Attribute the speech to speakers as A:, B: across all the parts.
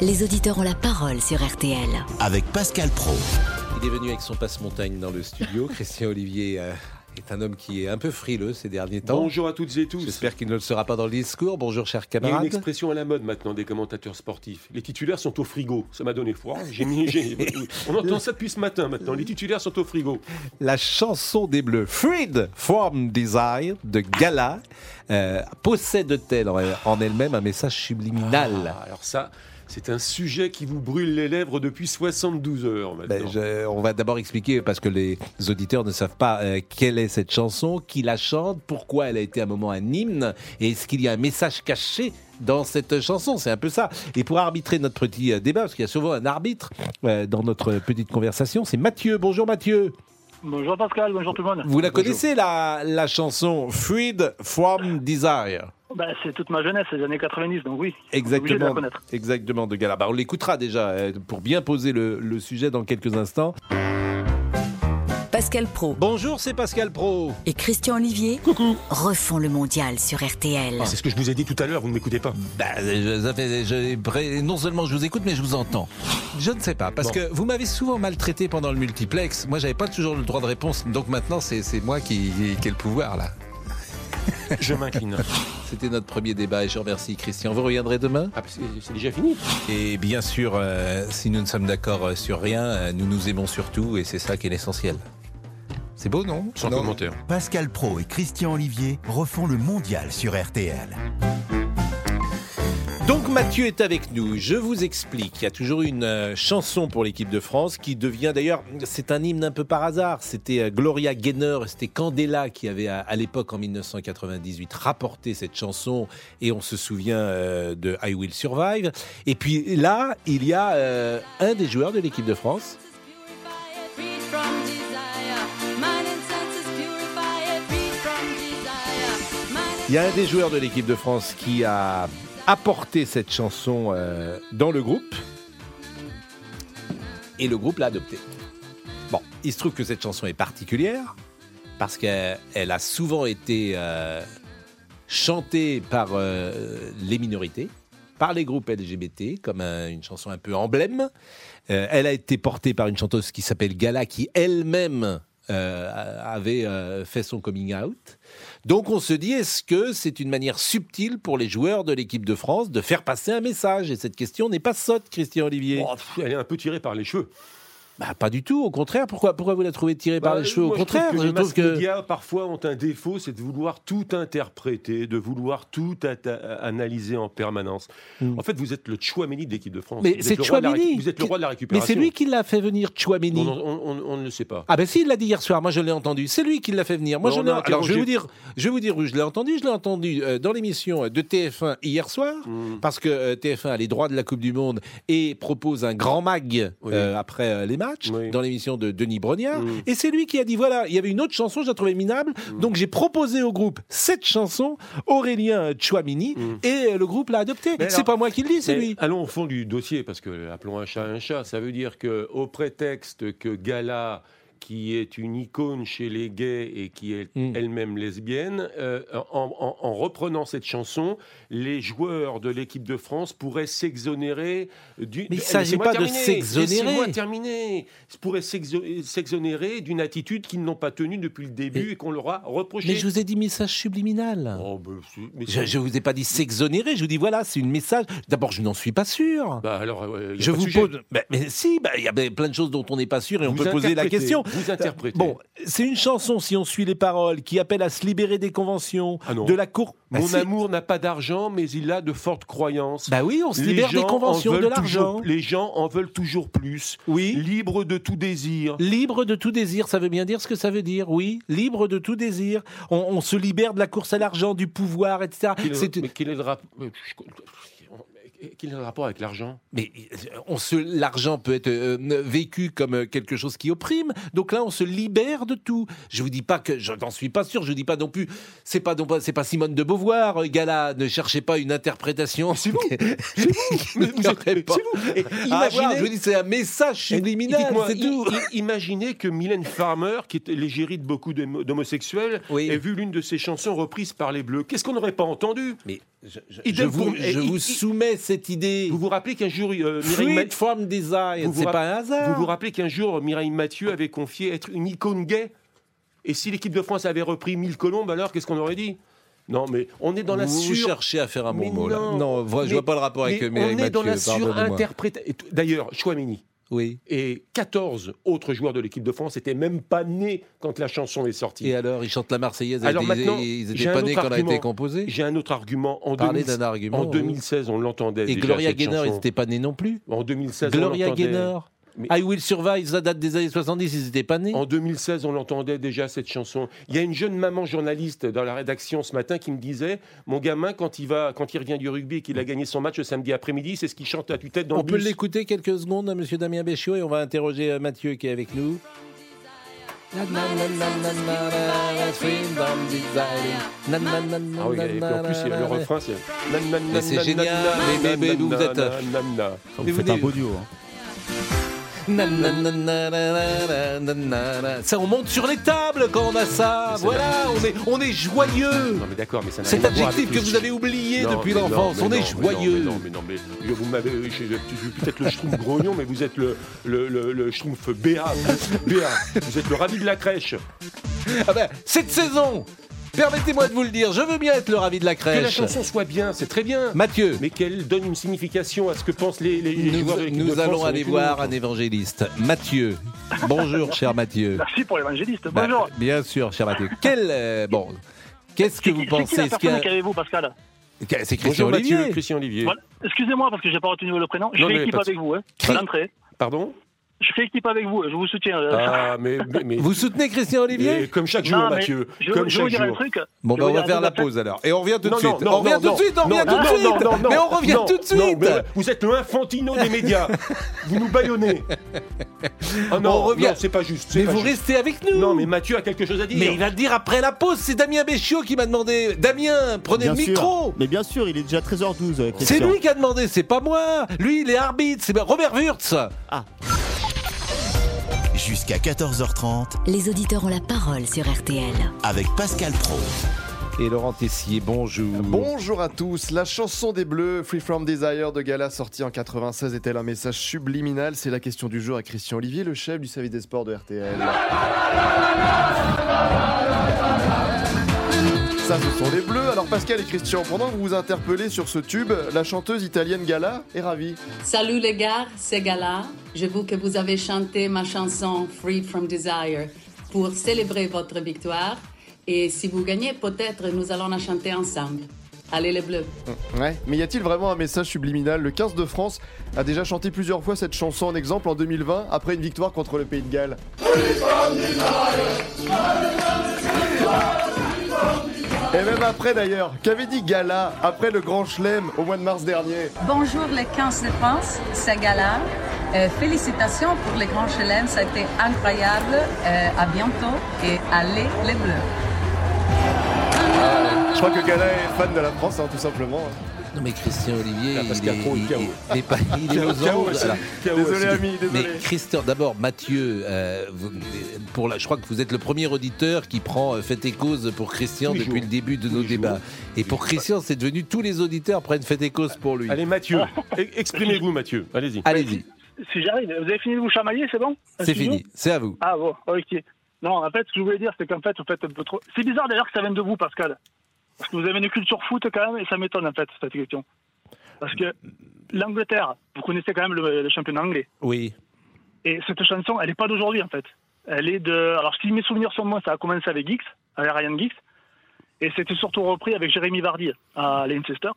A: les auditeurs ont la parole sur RTL.
B: avec Pascal Pro.
C: Il est venu avec son passe-montagne dans le studio. Christian Olivier euh, est un homme qui est un peu frileux ces derniers temps.
D: Bonjour à toutes et tous.
C: Hein J'espère qu'il ne le sera pas dans le discours. Bonjour, cher
D: Il y a une
C: camarade.
D: expression à la mode maintenant des commentateurs sportifs. Les titulaires sont au frigo. Ça m'a donné froid. J'ai mis- j'ai- On entend ça depuis ce matin maintenant. Les titulaires sont au frigo.
C: La chanson des Bleus, Freed From Desire de Gala, euh, possède-t-elle en- en elle-même un message subliminal
D: Ah, alors ça, c'est un sujet qui vous brûle les lèvres depuis 72 heures maintenant.
C: Ben, je- on va d'abord expliquer, parce que les auditeurs ne savent pas euh, quelle est cette chanson, qui la chante, pourquoi elle a été à un moment un hymne, et est-ce qu'il y a un message caché dans cette chanson C'est un peu ça. Et pour arbitrer notre petit euh, débat, parce qu'il y a souvent un arbitre euh, dans notre petite conversation, c'est Mathieu. Bonjour Mathieu.
E: Bonjour Pascal, bonjour tout le monde.
C: Vous la connaissez, la, la chanson Freed from Desire
E: Bah, c'est toute ma jeunesse, les années 90, donc oui. on est obligé de la
C: Exactement,
E: connaître.
C: exactement de Gala. Bah, on l'écoutera déjà euh, pour bien poser le- le sujet dans quelques instants.
A: Pascal Pro
C: Bonjour, c'est Pascal Pro.
A: et Christian Olivier refont le mondial sur
D: Ah,
A: RTL.
F: C'est ce que je vous ai dit tout à l'heure, vous ne m'écoutez pas.
C: Bah, je- ça fait- je- pré- non seulement je vous écoute, mais je vous entends. Je ne sais pas, parce que vous m'avez souvent maltraité pendant le multiplex. Moi, j'avais pas toujours le droit de réponse, donc maintenant, c'est c'est moi qui, qui ai le pouvoir, là.
F: Je m'incline.
C: C'était notre premier débat et je remercie Christian. Vous reviendrez demain
D: Ah, c'est c'est déjà fini.
C: Et bien sûr, euh, si nous ne sommes d'accord euh, sur rien, euh, nous nous aimons surtout et c'est ça qui est l'essentiel. C'est beau, non
D: Sans
C: Non.
D: commentaire.
B: Pascal Pro et Christian Olivier refont le mondial sur RTL.
C: Donc Mathieu est avec nous. Je vous explique. Il y a toujours une euh, chanson pour l'équipe de France qui devient d'ailleurs, c'est un hymne un peu par hasard. C'était euh, Gloria Gaynor, c'était Candela qui avait à, à l'époque en 1998 rapporté cette chanson et on se souvient euh, de I Will Survive. Et puis là, il y a euh, un des joueurs de l'équipe de France Il y a un des joueurs de l'équipe de France qui a apporté cette chanson euh, dans le groupe. Et le groupe l'a adoptée. Bon, il se trouve que cette chanson est particulière parce qu'elle elle a souvent été euh, chantée par euh, les minorités, par les groupes LGBT, comme un- une chanson un peu emblème. Euh, elle a été portée par une chanteuse qui s'appelle Gala, qui elle-même euh, avait euh, fait son coming out. Donc on se dit, est-ce que c'est une manière subtile pour les joueurs de l'équipe de France de faire passer un message Et cette question n'est pas sotte, Christian Olivier.
D: Oh, pff, elle est un peu tirée par les cheveux.
C: Bah, pas du tout, au contraire. Pourquoi, pourquoi vous la trouvez tirée par
D: Bah,
C: les cheveux Au
D: moi,
C: contraire,
D: je trouve
C: Eh ben,
D: que
C: je
D: les
C: trouve que...
D: masses médias, parfois ont un défaut, c'est de vouloir tout interpréter, de vouloir tout atta- analyser en permanence. En fait, vous êtes le Chouameni de l'équipe de France.
C: Hmm. Mais
D: Vous êtes
C: c'est
D: le roi de la
C: Tchouaméni.
D: récu- Vous êtes le roi de la
C: Mais
D: récupération.
C: c'est lui qui l'a fait venir, Chouameni.
D: On, on- on- on ne le sait pas.
C: Ah ben si, il l'a dit hier soir, moi je l'ai entendu. C'est lui qui l'a fait venir. Moi
D: Non,
C: je
D: on
C: l'ai
D: a
C: Alors je vais
D: interrogé.
C: vous dire, je vais vous dire où je l'ai entendu. Je l'ai entendu euh, dans l'émission de TF1 hier soir,
D: Mm.
C: parce que euh, TF1 a les droits de la Coupe du Monde et propose un grand mag
D: Oui.
C: euh, après euh, les matchs,
D: Oui. Mm.
C: dans l'émission de Denis Brognard. Et c'est lui qui a dit, voilà, il y avait une autre chanson, je la trouvais minable, donc j'ai proposé au groupe cette chanson, Aurélien Chouamini, et euh, le groupe l'a adoptée.
D: Mm. Mais
C: C'est
D: alors-
C: pas moi qui le dis, c'est
D: Mais euh,
C: lui.
D: Allons au fond du dossier, parce que appelons un chat un chat, ça veut dire que au prétexte que Gala, qui est une icône chez les gays et qui est
C: Mm.
D: elle-même lesbienne, euh, en, en- en reprenant cette chanson, les joueurs de l'équipe de France pourraient s'exonérer du.
C: Mais il
D: Eh,
C: s'agit
D: laissez-moi
C: pas de
D: terminer,
C: s'exonérer.
D: laissez-moi terminer. Ils pourraient s'exo- s'exonérer d'une attitude qu'ils n'ont pas tenue depuis le début
C: Mais-
D: et qu'on leur a reprochée.
C: Mais je vous ai dit message subliminal.
D: Oh, ben, c'est- mais
C: Je,
D: c'est-
C: je vous ai pas dit s'exonérer, je vous dis voilà, c'est une message. D'abord, je n'en suis pas sûr.
D: Bah, alors, euh, y a
C: je
D: pas de
C: vous
D: sujet.
C: pose. Mais, mais si, bah, il y a ben, plein de choses dont on n'est pas sûr et on
D: Vous
C: peut poser la
D: interprétez,
C: question.
D: Vous interprétez.
C: Bon, c'est une chanson, si on suit les paroles, qui appelle à se libérer des conventions,
D: Ah non.
C: de la cour. Bah
D: Mon
C: si.
D: amour n'a pas d'argent, mais il a de fortes croyances.
C: Bah oui, on se
D: Les
C: libère
D: gens
C: des
D: en
C: conventions, de
D: veulent
C: l'argent.
D: toujours- Les gens en veulent toujours plus.
C: Oui.
D: Libre de tout désir.
C: Libre de tout désir, ça veut bien dire ce que ça veut dire, oui. Libre de tout désir. On, on se libère de la course à l'argent, du pouvoir, etc.
D: Quel,
C: C'est-
D: mais quel est le rap- mais je- quel est le rapport avec l'argent
C: Mais euh, on se l'argent peut être euh, euh, vécu comme euh, quelque chose qui opprime. Donc là, on se libère de tout. Je vous dis pas que je n'en suis pas sûr. Je vous dis pas non plus. C'est pas non pas c'est pas Simone de Beauvoir. euh, Gala, ne cherchez pas une interprétation.
D: C'est vous.
C: qui ne ferait pas.
D: C'est vous. Et
C: Ah, voilà, je
D: imaginez-
C: vous dis, c'est un message
D: Et
C: subliminal,
D: dites-moi,
C: c'est
D: i-
C: tout.
D: i- Imaginez que Mylène Farmer, qui est l'égérie de beaucoup d'homo- d'homosexuels,
C: Oui.
D: ait vu l'une de ses chansons reprise par les Bleus. Qu'est-ce qu'on n'aurait pas entendu
C: Mais Je, je-
D: Idem
C: je vous,
D: pour- et-
C: je
D: et-
C: vous
D: et-
C: soumets cette idée.
D: Vous vous rappelez qu'un jour, euh, Mireille
C: Fruit
D: Mathieu,
C: from design,
D: Vous vous
C: c'est
D: rapp-
C: pas un hasard.
D: vous vous rappelez qu'un jour, Mireille Mathieu avait confié être une icône gay Et si l'équipe de France avait repris 1000 colombes, alors qu'est-ce qu'on aurait dit Non, mais on est dans la
C: Vous
D: sur...
C: cherchez à faire un bon
D: Mais
C: mot là.
D: non.
C: Non, voilà, je
D: Mais-
C: vois pas le rapport avec
D: mais
C: Mireille
D: on est dans la
C: Mathieu, pardonnez-moi.
D: surinterprétation. D'ailleurs, Chouameni
C: Oui.
D: et 14 autres joueurs de l'équipe de France n'étaient même pas nés quand la chanson est sortie.
C: Et alors, ils chantent la Marseillaise.
D: Alors
C: ils,
D: maintenant,
C: ils
D: j'ai
C: étaient
D: un
C: pas nés
D: autre
C: quand elle a été
D: argument.
C: composée.
D: J'ai un autre argument. En,
C: Parler
D: 2000
C: d'un argument.
D: en
C: oui.
D: 2016, on l'entendait.
C: Et
D: déjà,
C: Gloria
D: cette
C: Gaynor, ils
D: chanson.
C: n'étaient pas nés non plus.
D: En 2016, on
C: Gloria
D: l'entendait-
C: Gaynor.
D: Mais-
C: I Will Survive, ça date des années 70, ils n'étaient pas nés.
D: En 2016, on l'entendait déjà cette chanson. Il y a une jeune maman journaliste dans la rédaction ce matin qui me disait Mon gamin, quand il, va, quand il revient du rugby et qu'il a gagné son match le samedi après-midi, c'est ce qu'il chante à tue-tête dans
C: On
D: le
C: peut
D: bus.
C: l'écouter quelques secondes à Monsieur Damien Béchiot et on va interroger euh, Mathieu qui est avec nous.
D: Ah oui, et puis en plus, il y a le refrain, c'est.
C: Mais c'est génial, mais- mais- mais vous êtes-
G: Vous
C: Mais vous
G: faites un
C: dites-
G: beau duo. hein.
C: Ça, on monte sur les tables quand on a ça.
D: Mais c'est
C: Voilà, on est, on est joyeux.
D: Non, mais d'accord, mais ça n'a
C: Cet
D: rien à voir
C: adjectif
D: avec
C: que
D: le-
C: vous avez oublié
D: Non,
C: depuis
D: mais
C: l'enfance.
D: non,
C: On
D: mais
C: est
D: non, mais
C: joyeux.
D: Non, mais non, mais, non, mais vous m'avez. Je je- je suis peut-être le schtroumpf grognon, mais vous êtes le, le, le, le schtroumpf béat. béat. Vous êtes le ravi de la crèche.
C: Ah ben, cette saison, permettez-moi de vous le dire, je veux bien être le ravi de la
D: Que la
C: crèche.
D: chanson soit bien, c'est très bien.
C: Mathieu,
D: mais qu'elle donne une signification à ce que pensent les, les- les joueurs de
C: nous,
D: l'équipe
C: nous
D: de France,
C: allons
D: on est
C: aller
D: tout
C: voir
D: le
C: un
D: monde.
C: évangéliste. Mathieu. Bonjour, cher Mathieu.
E: Merci pour l'évangéliste.
C: Bah,
E: Bonjour.
C: bien sûr, cher Mathieu. Quel, euh, bon, qu'est-ce que
E: C'est
C: vous
E: qui- c'est qui
C: pensez
E: la
C: Est-ce
E: personne
C: qu'il y a-
E: qu'avez vous, Pascal
C: qu'est- C'est Christian
D: Bonjour
C: Olivier.
D: Mathieu, Christian Olivier.
E: Voilà. Excusez-moi parce que j'ai pas retenu le prénom. Je
D: Non, mais
E: fais équipe
D: pas de-
E: avec vous. Hein.
C: Cri-
E: À l'entrée.
D: Pardon
E: Je fais équipe avec vous. Je vous soutiens. euh.
D: Ah, mais, mais- mais-
C: Vous soutenez Christian Olivier
D: et comme chaque jour,
E: Non, mais
D: Mathieu.
E: Je,
D: comme
E: je
D: chaque
E: vous dire un
D: jour.
E: truc.
C: Bon,
E: Je
C: ben,
E: vous
C: on va
E: dire
C: faire
E: un
C: la
E: truc.
C: pause alors. Et on revient tout de
D: Non,
C: suite.
D: non, non,
C: on revient
D: non,
C: tout de suite, on
D: non,
C: revient tout
D: non,
C: de
D: non, non,
C: suite.
D: non,
C: Mais on
D: non,
C: revient
D: non,
C: tout de
D: non, mais
C: suite.
D: vous êtes le infantino des médias. vous nous baillonnez. Ah non,
C: On revient.
D: non, c'est pas juste. c'est
C: Mais
D: pas
C: vous
D: juste.
C: restez avec nous.
D: Non, mais Mathieu a quelque chose à dire.
C: Mais il va le dire après la pause. C'est Damien Béchiot qui m'a demandé. Damien, prenez
G: Bien
C: le
G: sûr.
C: micro.
G: Mais bien sûr, il est déjà 13h12. euh,
C: C'est
G: Christian.
C: lui qui a demandé, c'est pas moi. Lui, il est arbitre. C'est Robert Wurtz.
B: Jusqu'à 14h30
A: Les auditeurs ont la parole sur RTL.
B: avec Pascal Pro.
C: Et Laurent Tessier, bonjour.
H: Bonjour à tous. La chanson des Bleus, Free From Desire de Gala, sortie en 96, est-elle un message subliminal C'est la question du jour à Christian Olivier, le chef du service des sports de RTL. Ça, ce sont les Bleus. Alors, Pascal et Christian, pendant que vous vous interpellez sur ce tube, la chanteuse italienne Gala est ravie.
I: Salut les gars, c'est Gala. Je vous que vous avez chanté ma chanson Free from Desire pour célébrer votre victoire. Et si vous gagnez, peut-être nous allons la chanter ensemble. Allez les bleus.
H: Mm, Ouais. Mais y a-t-il vraiment un message subliminal Le 15 de France a déjà chanté plusieurs fois cette chanson en exemple en 2020 après une victoire contre le Pays de Galles. Et même après d'ailleurs, qu'avait dit Gala après le Grand Chelem au mois de mars dernier
J: Bonjour les 15 de France, c'est Gala. Euh, félicitations pour les grands chelem, ça a été incroyable. Euh, à bientôt et allez les bleus.
H: Je crois que Gala est fan de la France, hein, tout simplement.
C: Non mais Christian Olivier,
D: Là,
C: il
D: Pascal
C: est,
D: Pro,
C: il-
D: KO.
C: il est pas- il est aux
D: K.O.
C: anges.
D: aussi.
C: Alors,
D: K.O.
H: Désolé,
D: aussi.
H: ami,
C: Mais
H: désolé.
C: Christian, d'abord Mathieu, euh, vous- pour la, je crois que vous êtes le premier auditeur qui prend euh, fait et cause pour Christian
D: Tous les
C: depuis
D: jours.
C: le début de
D: Tous
C: nos
D: les
C: débats.
D: jours.
C: Et pour Christian, c'est devenu tous les auditeurs prennent fait et cause pour lui.
D: Allez, Mathieu, e- exprimez-vous, Mathieu. Allez-y.
E: Ah,
C: Allez-y,
E: Si j'arrive, vous avez fini de vous chamailler, c'est bon
C: c'est
E: Studio
C: fini, c'est à vous.
E: Ah bon, ok. Non, en fait, ce que je voulais dire, c'est qu'en fait, vous faites un peu trop. C'est bizarre d'ailleurs que ça vienne de vous, Pascal. Parce que vous avez une culture foot quand même, et ça m'étonne en fait, cette question. Parce que l'Angleterre, vous connaissez quand même le, le championnat anglais.
C: Oui.
E: Et cette chanson, elle n'est pas d'aujourd'hui en fait. Elle est de. Alors, si mes souvenirs sont bons, ça a commencé avec Giggs, avec Ryan Giggs. Et c'était surtout repris avec Jérémy Vardy à Leicester.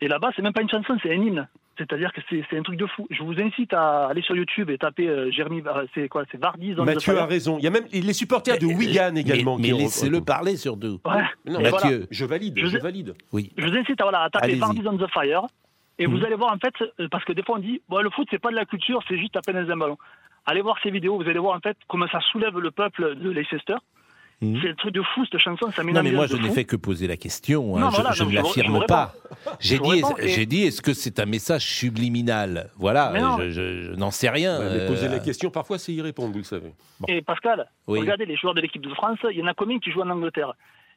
E: Et là-bas, c'est même pas une chanson, c'est un hymne. C'est-à-dire que c'est c'est un truc de fou. Je vous incite à aller sur YouTube et taper euh, Jérémy. Var- C'est quoi C'est Vardy dans
D: Mathieu a raison. Il y a même les supporters de Wigan également.
C: Mais,
D: qui
C: mais
D: ont-
C: laissez-le parler surtout.
E: Ouais.
D: Non,
E: Et
D: mais
E: voilà.
C: Mathieu.
D: Je valide,
E: Je-
D: je valide.
E: Je vous incite à, voilà, à taper
C: Allez-y.
E: Parties on the Fire. Et
C: Mhm.
E: vous allez voir, en fait, euh, parce que des fois on dit, bon, le foot, c'est pas de la culture, c'est juste à peine un ballon. Allez voir ces vidéos, vous allez voir, en fait, comment ça soulève le peuple de Leicester.
C: Mhm.
E: C'est le truc de fou, cette chanson, ça met une
C: Non mais moi
E: ambiance
C: je
E: de
C: n'ai
E: fou.
C: fait que poser la question, hein.
E: Non,
C: je,
E: voilà,
C: je
E: non,
C: ne
E: je vous- je vous
C: l'affirme
E: réponds.
C: pas. J'ai
E: vous
C: dit,
E: réponds,
C: est-ce-
E: et-
C: j'ai dit, est-ce que c'est un message subliminal Voilà,
E: Mais non.
C: je, je- je n'en sais rien.
D: Ouais, mais
C: euh,
D: poser la question, parfois, c'est y répondre, vous le savez.
E: Et Pascal,
C: Oui.
E: regardez les joueurs de l'équipe de France, il y en a combien qui jouent en Angleterre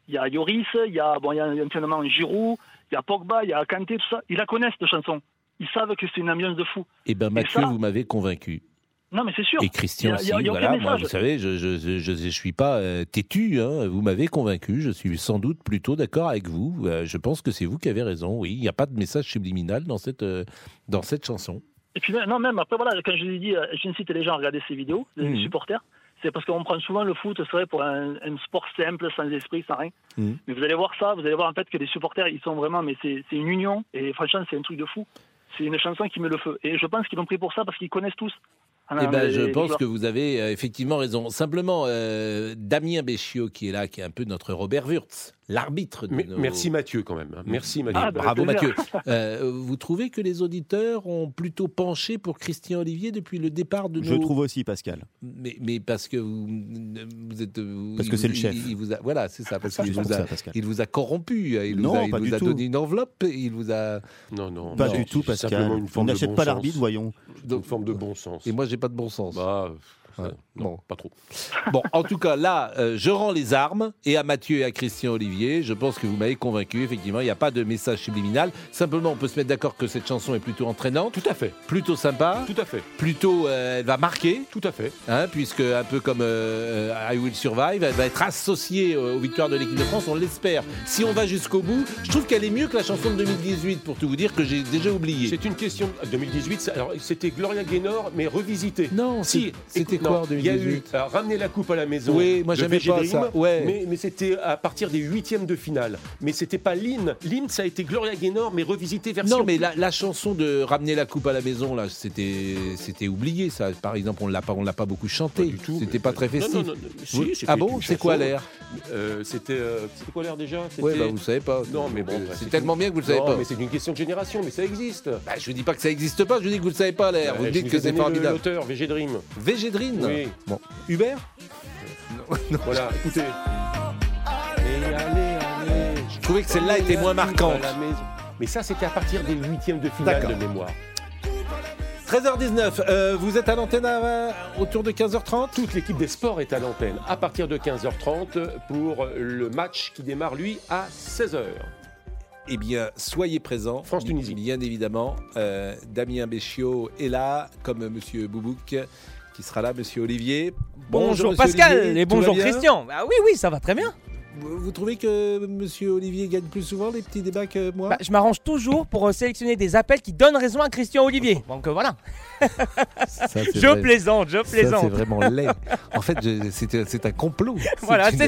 E: Il y a Yoris, il y a, bon, il y a anciennement Giroud, il y a Pogba, il y a Kanté, tout ça. Ils la connaissent, cette chanson. Ils savent que c'est une ambiance de fou.
C: Eh bien, Mathieu,
E: ça-
C: vous m'avez convaincu.
E: Non, mais c'est sûr.
C: Et Christian
E: Il y a- il
C: aussi,
E: y a- il y a aucun
C: voilà, moi,
E: message.
C: vous savez, je je, je, je- je suis pas euh, têtu, hein, vous m'avez convaincu, je suis sans doute plutôt d'accord avec vous, euh, je pense que c'est vous qui avez raison, oui, il n'y a pas de message subliminal dans cette, euh, dans cette chanson.
E: Et puis, non, même après, voilà, quand je lui dis, euh, j'incite les gens à regarder ces vidéos, les
C: Mhm.
E: supporters, c'est parce qu'on prend souvent le foot, c'est vrai, pour un, un sport simple, sans esprit, sans rien.
C: Mhm.
E: Mais vous allez voir ça, vous allez voir en fait que les supporters, ils sont vraiment, mais c'est c'est une union, et franchement, c'est un truc de fou. C'est une chanson qui met le feu. Et je pense qu'ils l'ont pris pour ça parce qu'ils connaissent tous. Ah,
C: Eh ben,
E: les-
C: je
E: les
C: pense
E: joueurs.
C: que vous avez euh, effectivement raison. Simplement, euh, Damien Béchiot qui est là, qui est un peu notre Robert Wurtz, l'arbitre de
D: Mais-
C: nos-
D: Merci Mathieu quand même. hein. Merci Mathieu.
E: Ah, bah,
C: Mais bravo Mathieu. Euh, vous trouvez que les auditeurs ont plutôt penché pour Christian Olivier depuis le départ de
G: Je
C: nos...
G: trouve aussi, Pascal.
C: Mais, mais parce que vous, vous êtes... vous-
G: Parce que
C: il
G: c'est
C: vous-
G: le chef. Ah,
C: Il, il vous a, voilà, c'est ça. Parce
G: C'est
C: qu'il
G: juste
C: vous,
G: pour
C: a-
G: ça, Pascal.
C: il vous a corrompu. hein, Il
G: Non,
C: vous a, il
G: pas
C: vous
G: du
C: a
G: tout.
C: donné une enveloppe. Il vous a...
D: Non, non.
G: Pas
D: non,
G: du tout,
D: c'est simplement
G: Pascal.
D: une
G: On
D: forme de
G: n'achète
D: bon
G: pas
D: sens.
G: l'arbitre, voyons.
D: Une forme de bon sens.
C: Et moi, j'ai pas de bon sens.
D: Bah, euh,
C: Ouais,
D: non,
C: bon.
D: pas trop.
C: Bon, en tout cas, là, euh, je rends les armes et à Mathieu et à Christian Olivier. Je pense que vous m'avez convaincu. Effectivement, il n'y a pas de message subliminal. Simplement, on peut se mettre d'accord que cette chanson est plutôt entraînante,
D: Tout à fait.
C: plutôt sympa,
D: Tout à fait.
C: plutôt euh, elle va marquer,
D: Tout à fait.
C: hein, puisque un peu comme euh, euh, I Will Survive, elle va être associée euh, aux victoires de l'équipe de France. On l'espère. Si on va jusqu'au bout, je trouve qu'elle est mieux que la chanson de 2018, pour tout vous dire que j'ai déjà oublié.
D: C'est une question. 2018, ça- alors c'était Gloria Gaynor, mais revisité.
C: Non,
D: Si,
C: c'était quoi
D: écoute, non,
C: en
D: Il y a eu
C: 2018
D: euh, ramener la coupe à la maison.
C: Oui, moi,
D: de
C: j'aimais
D: VG
C: pas
D: Dream,
C: ça, ouais.
D: Mais, mais c'était à partir des huitièmes de finale. Mais c'était pas l'hymne. L'hymne, ça a été Gloria Gaynor, mais revisité version.
C: Non, mais la, la chanson de ramener la coupe à la maison, là, c'était, c'était oublié, ça. Par exemple, on l'a pas, on l'a pas beaucoup chanté.
D: Pas du tout,
C: C'était
D: mais-
C: pas très
D: Non,
C: festif.
D: non, non, non, si,
C: Oui.
D: c'était
C: ah
D: une
C: bon C'est quoi
D: chanson.
C: l'air
D: Euh, C'était euh, c'était quoi l'air déjà
C: Ouais,
D: C'était-
C: bah, vous savez pas.
D: Non, mais bon, bah,
C: c'est
D: c'est
C: tellement
D: une-
C: bien que vous le savez
D: Non,
C: pas.
D: mais c'est une question de génération, mais ça existe.
C: Bah, je vous dis pas que ça existe pas. Je vous dis que vous le savez pas l'air.
D: Euh,
C: Eh, Bah, vous
D: je
C: dites
D: vous
C: que
D: ai
C: c'est
D: donné le-
C: formidable.
D: L'auteur, VG Dream.
C: Végédrine.
D: Oui.
C: Bon, Hubert.
D: Voilà, écoutez. Et allez, allez.
C: Je trouvais que celle-là était moins marquante.
D: À la maison. Mais ça, c'était à partir des huitièmes de finale
C: D'accord.
D: de mémoire.
C: 13h19. euh, vous êtes à l'antenne à, euh, autour de 15h30.
D: Toute l'équipe des sports est à l'antenne à partir de 15h30 pour le match qui démarre, lui, à 16h.
C: Eh bien, soyez présents.
D: France-Tunisie.
C: Bien évidemment. Euh, Damien Béchiot est là, comme Monsieur Boubouk, qui sera là, Monsieur Olivier.
K: Bonjour,
C: Monsieur
K: Pascal
C: Olivier,
K: et
C: tout va
K: bonjour
C: bien
K: Christian. Ah oui, oui, ça va très bien.
C: Vous, vous trouvez que Monsieur Olivier gagne plus souvent les petits débats que moi
K: Bah, je m'arrange toujours pour euh, sélectionner des appels qui donnent raison à Christian Olivier. Donc euh, voilà. Je plaisante, je
C: C'est
K: plaisante.
C: vraiment laid. En fait, je- c'était- c'est un complot.
K: Voilà,
C: une-
K: c'est